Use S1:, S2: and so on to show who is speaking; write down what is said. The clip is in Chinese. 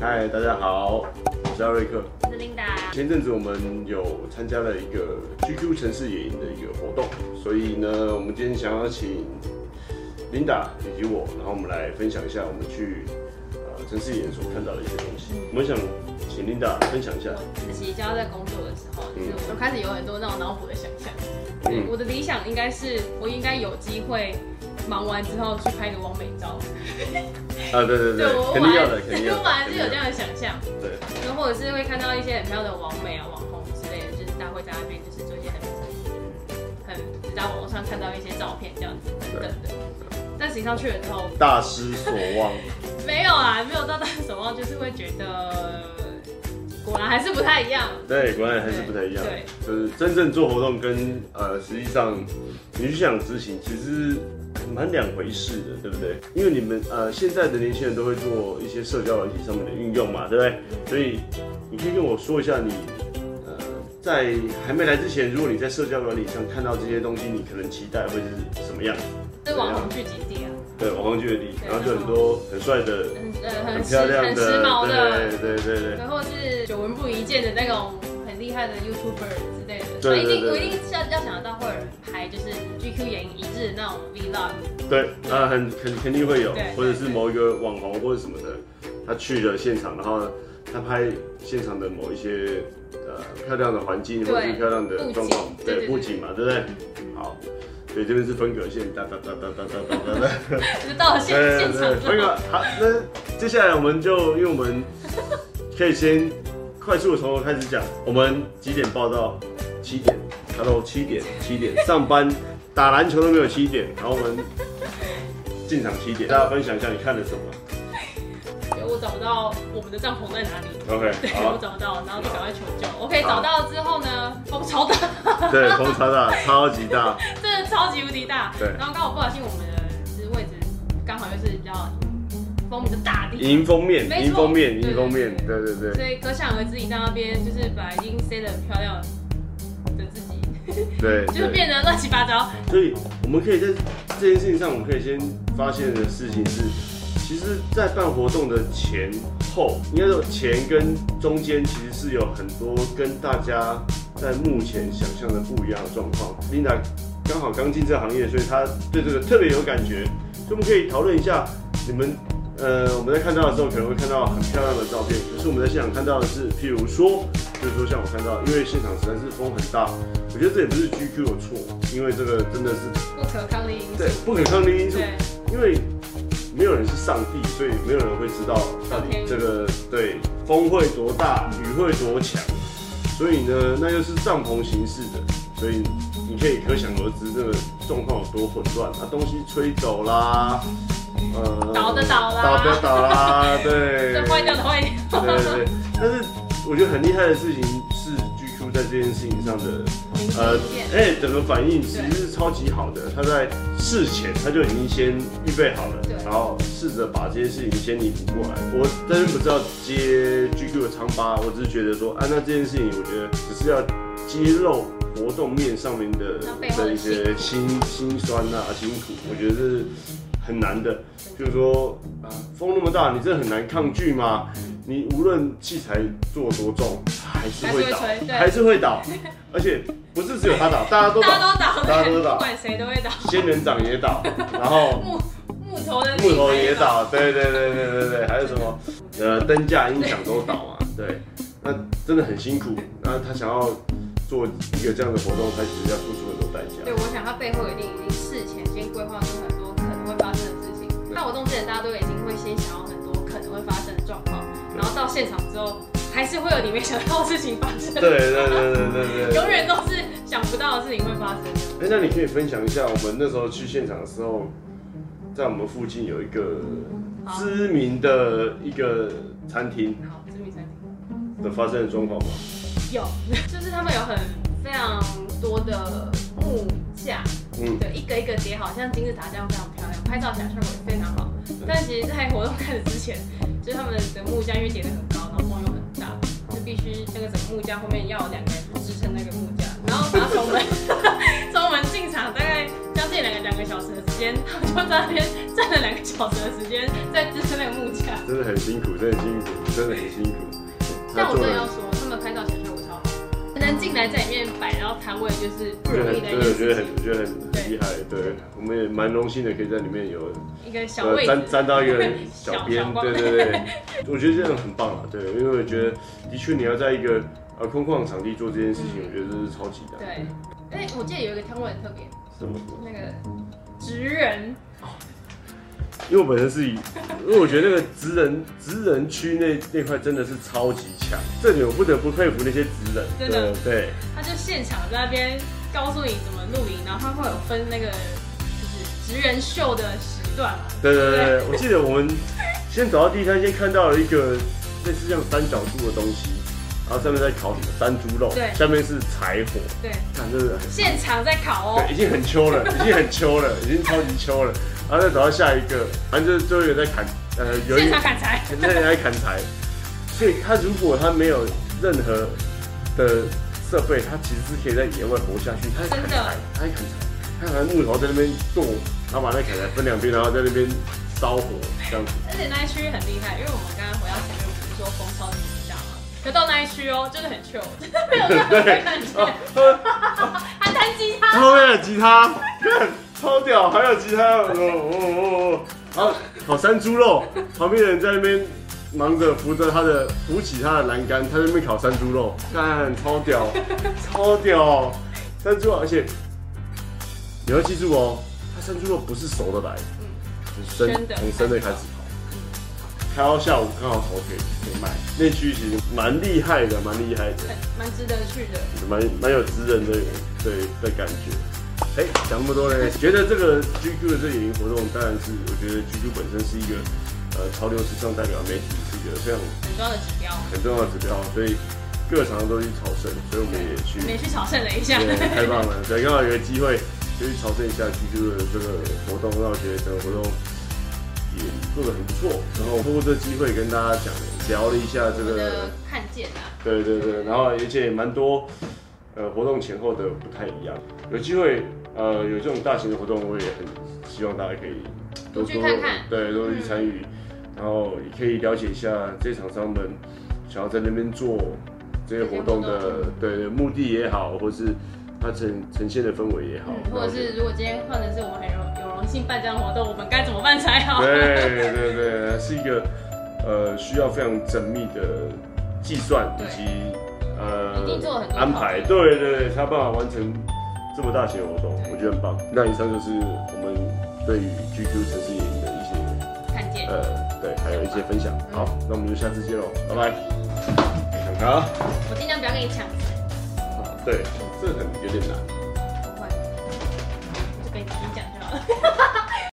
S1: 嗨，大家好，我是艾瑞克。
S2: 我是啊琳达。
S1: 前阵子我们有参加了一个 QQ 城市野营的一个活动，所以呢，我们今天想要请 Linda 以及我，然后我们来分享一下我们去呃城市野营所看到的一些东西。我们想请 Linda 分享一下，
S2: 自己交在工作的时候，就是
S1: 嗯
S2: 我开始有很多那种脑补的想象。对，我的理想应该是我应该有机会忙完之后去拍个完美照。
S1: 啊，对对对
S2: 我，我
S1: 肯定要的，肯定要
S2: 我
S1: 的，
S2: 本来是
S1: 肯
S2: 有这
S1: 定要
S2: 样的想象，
S1: 的对，
S2: 然后或者是会看到一些很漂亮的网美啊、网红之类的，就是大家会在那边就是做一些很很就在网络上看到一些照片这样子等等的。但实际上去了之后，
S1: 大失所望。
S2: 没有啊，没有到大家守望，就是会觉得果然还是不太一样。
S1: 对，果然还是不太一样。
S2: 对，
S1: 就是真正做活动跟呃，实际上你去想执行，其实蛮两回事的，对不对？因为你们呃，现在的年轻人都会做一些社交软体上面的运用嘛，对不对？所以你可以跟我说一下你。呃，在还没来之前，如果你在社交软体上看到这些东西，你可能期待会是什么样？
S2: 这网红聚集地啊。
S1: 对，网红聚集地，然后就很多很帅的、
S2: 很呃
S1: 很
S2: 很时
S1: 漂亮
S2: 很时
S1: 的
S2: 髦，的，
S1: 对对对对。
S2: 然后是久闻不一见的那种很厉害的 YouTuber 之类的，所
S1: 对
S2: 以一
S1: 对
S2: 定
S1: 对
S2: 我一定是要要想得到会有人拍就是 GQ 演一日那种 Vlog，
S1: 对，啊，很肯肯定会有
S2: 对，
S1: 或者是某一个网红或者什么的，他去了现场，然后他拍现场的某一些呃漂亮的环境
S2: 对
S1: 或者是漂亮的状况，
S2: 布景
S1: 对
S2: 对对对
S1: 布景嘛，对不对？好，所以这边是分隔线，哒哒哒哒哒哒哒哒哒，
S2: 就是到了现现场之
S1: 分隔
S2: 后，
S1: 好，那接下来我们就因为我们可以先快速的从头开始讲，我们几点报到？七点，Hello，七点，七点上班，打篮球都没有七点，然后我们进场七点， 大家分享一下你看了什么
S2: 对我找不到我们的帐篷在哪里。
S1: ？OK，
S2: 对，我
S1: 好，
S2: 找不到，然后就赶快求救。OK，找
S1: 啊
S2: 到之后呢，风超大，
S1: 对，风超大，超级大，
S2: 真的超级无敌大。
S1: 对
S2: 然后刚好不小心我们的就是位置刚好又是比较风比较大的地方
S1: 迎风面，
S2: 没错
S1: 迎风面，
S2: 对
S1: 迎风面，对对对
S2: 所以可想而知，你到那边就是本来已经塞得很漂亮的自己，
S1: 对，
S2: 就是
S1: 对
S2: 变得乱七八糟。
S1: 所以我们可以在这件事情上，我们可以先发现的事情是，其实，在办活动的前后，应该说前跟中间，其实是有很多跟大家在目前想象的不一样的状况。Linda 刚好刚进这行业，所以她对这个特别有感觉，所以我们可以讨论一下你们。呃，我们在看到的时候可能会看到很漂亮的照片，可是我们在现场看到的是，譬如说，就是说像我看到，因为现场实在是风很大，我觉得这也不是 GQ 的错，因为这个真的是
S2: 不可抗力因素
S1: 对。不可抗力因素，
S2: 对，
S1: 因为没有人是上帝，所以没有人会知道到底这个对风会多大，雨会多强，所以呢，那又是帐篷形式的，所以你可以可想而知这个状况有多混乱，把、东西吹走啦，呃
S2: 倒的倒啦
S1: 倒的倒啦，
S2: 这
S1: 对，
S2: 坏掉的坏掉。
S1: 对对对，但是我觉得很厉害的事情是 GQ 在这件事情上的
S2: 明
S1: 呃
S2: 星见，
S1: 哎、整个反应其实是超级好的。他在事前他就已经先预备好了
S2: 对，
S1: 然后试着把这些事情先弥补过来。我但是不知道接 GQ 的长疤，我只是觉得说，啊，那这件事情我觉得只是要揭露活动面上面的
S2: 那背后的
S1: 一些辛辛酸啊、辛苦，我觉得是很难的。就是说，啊，风那么大，你真的很难抗拒吗？你无论器材做多重，还是会倒
S2: 还是会吹，对
S1: 还是会倒，而且不是只有他倒，大家都
S2: 大
S1: 倒，
S2: 家都倒，
S1: 大家都倒
S2: 不管谁都会倒。
S1: 仙人掌也倒，然后
S2: 木木头的
S1: 木头也，倒，对对对对对对，还有什么呃灯架、音响都倒嘛，对，那真的很辛苦。那他想要做一个这样的活动，他其实要付出很多代价
S2: 对，。我想他背后一定已经事前先规划出很多可能会发生的事情。那活动之前，大家都已经会先想要很多可能会发生的状况，然后到现场之后，还是会有你没想到的事情发生。
S1: 对对对对对对对。
S2: 永远都是想不到的事情会发生的。
S1: 哎，那你可以分享一下，我们那时候去现场的时候，在我们附近有一个
S2: 好
S1: 知名的一个餐厅
S2: 好，知名餐厅
S1: 的发生的状况吗？
S2: 有， 就是他们有很非常多的木架，
S1: 嗯，
S2: 对，一个一个叠好，像金字塔这样非常漂亮，拍照起来效果也非常好。但其实，在活动开始之前，就是他们的木架因为叠得很高，然后风又很大，就必须那个整个木架后 面要有两个人去支撑那个木架，然后把它从门从门进场大概要将近两个两个小时的时间，他们就在那边站了两个小时的时间在支撑那个木架。
S1: 真的很辛苦，真的很辛苦，真的很辛苦。
S2: 但
S1: 他
S2: 我
S1: 做
S2: 真的要
S1: 了，
S2: 说，他们拍照起来效果超好，能进来在里面摆，然后摊位就是不
S1: 我觉得
S2: 容易
S1: 很，对，
S2: 的一件
S1: 我觉得
S2: 事
S1: 很，
S2: 情。
S1: 我觉得很
S2: 对
S1: 厉害。对，我们也蛮荣幸的，可以在里面有呃
S2: 一个小位
S1: 沾
S2: 置，
S1: 沾到一个
S2: 小
S1: 小边
S2: 小，光
S1: 对对对，我觉得这样很棒啊，对，因为我觉得的确你要在一个呃空旷的场地做这件事情，
S2: 嗯
S1: 我觉得这是超级难。
S2: 对。哎，我记得有一个摊位很特别，
S1: 什么？
S2: 那个职人，
S1: 因为我本身是以，因为我觉得那个职人职人区那那块真的是超级强，这里我不得不佩服那些职人，
S2: 真的
S1: 对对，
S2: 他就现场在那边告诉你怎么露营，然后他会有分那个就是职人秀的时段嘛。
S1: 对对对对，我记得我们先走到第三，先看到了一个 类似像三角柱的东西，然后上面在烤什么山猪肉，
S2: 对哦
S1: 下面是柴火，
S2: 对，
S1: 看真的很
S2: 现场在烤哦
S1: 对，。已经很秋了，已经很秋了，已经超级秋了。然后再找到下一个，反正就是最后有在砍，呃，有一
S2: 现
S1: 个
S2: 场砍柴，
S1: 很在在砍柴，所以他如果他没有任何的设备，他其实是可以在野外活下去。他在砍
S2: 真的
S1: 柴，他在砍柴，他砍木头在那边剁，他把那砍柴分两边，然后在那边烧火这样子。
S2: 而且那一区很厉害，因为我们刚刚回到前面不是说风超级大嘛，可到那一区哦，真的很 chill，真的没有任何人感觉，还弹吉他，
S1: 他后面有吉他，看超屌，还有吉他，哦哦哦哦，然后烤山猪肉，旁边的人在那边忙着扶着他的扶起他的栏杆，他在那边烤山猪肉，看超屌，超屌，山猪肉，而且你要记住哦，他山猪肉不是熟的来，很生
S2: 嗯生的嗯
S1: 很生的开始烤。开到下午刚好头可以可以卖，那区其实蛮厉害的，蛮厉害的。
S2: 很 蛮值得去的。
S1: 蛮蛮有职人的对的感觉。哎，讲那么多呢，觉得这个 GQ 的这个野营活动，当然是我觉得 GQ 本身是一个呃潮流时尚代表媒体是一个非常
S2: 很重要的指标，
S1: 很重要的指标，所以各个厂商都去朝圣，所以我们也去，
S2: 也去朝圣了一下，
S1: 对，太棒了，对，刚好有个机会就去朝圣一下 GQ 的这个活动，让我觉得整个活动也做得很不错，然后通过这个机会跟大家讲聊了一下这
S2: 我们
S1: 个
S2: 的看见啊，
S1: 对对对，然后而且也蛮多，呃，活动前后的不太一样。有机会，呃，有这种大型的活动，我也很希望大家可以
S2: 多去看看嗯
S1: 对，多去参与，然后也可以了解一下这些厂商们想要在那边做这些活动
S2: 这些活
S1: 的对对目的也好，或是它呈呈现的氛围也好，
S2: 嗯，或者是如果今天换成是我们很荣有荣幸办这样的活动，我们该怎么办才好？
S1: 对对对，是一个呃需要非常缜密的计算以
S2: 对
S1: 及呃
S2: 一定做了很多
S1: 安排，
S2: 考虑
S1: 对对对，才有办法完成这么大型的活动，我觉得很棒。那以上就是我们对于 GQ 城市野营的一些
S2: 看见，
S1: 呃对，还有一些分享。好，那我们就下次见喽，拜拜。想他，
S2: 我尽量不要跟你抢。
S1: 对，这很有点难。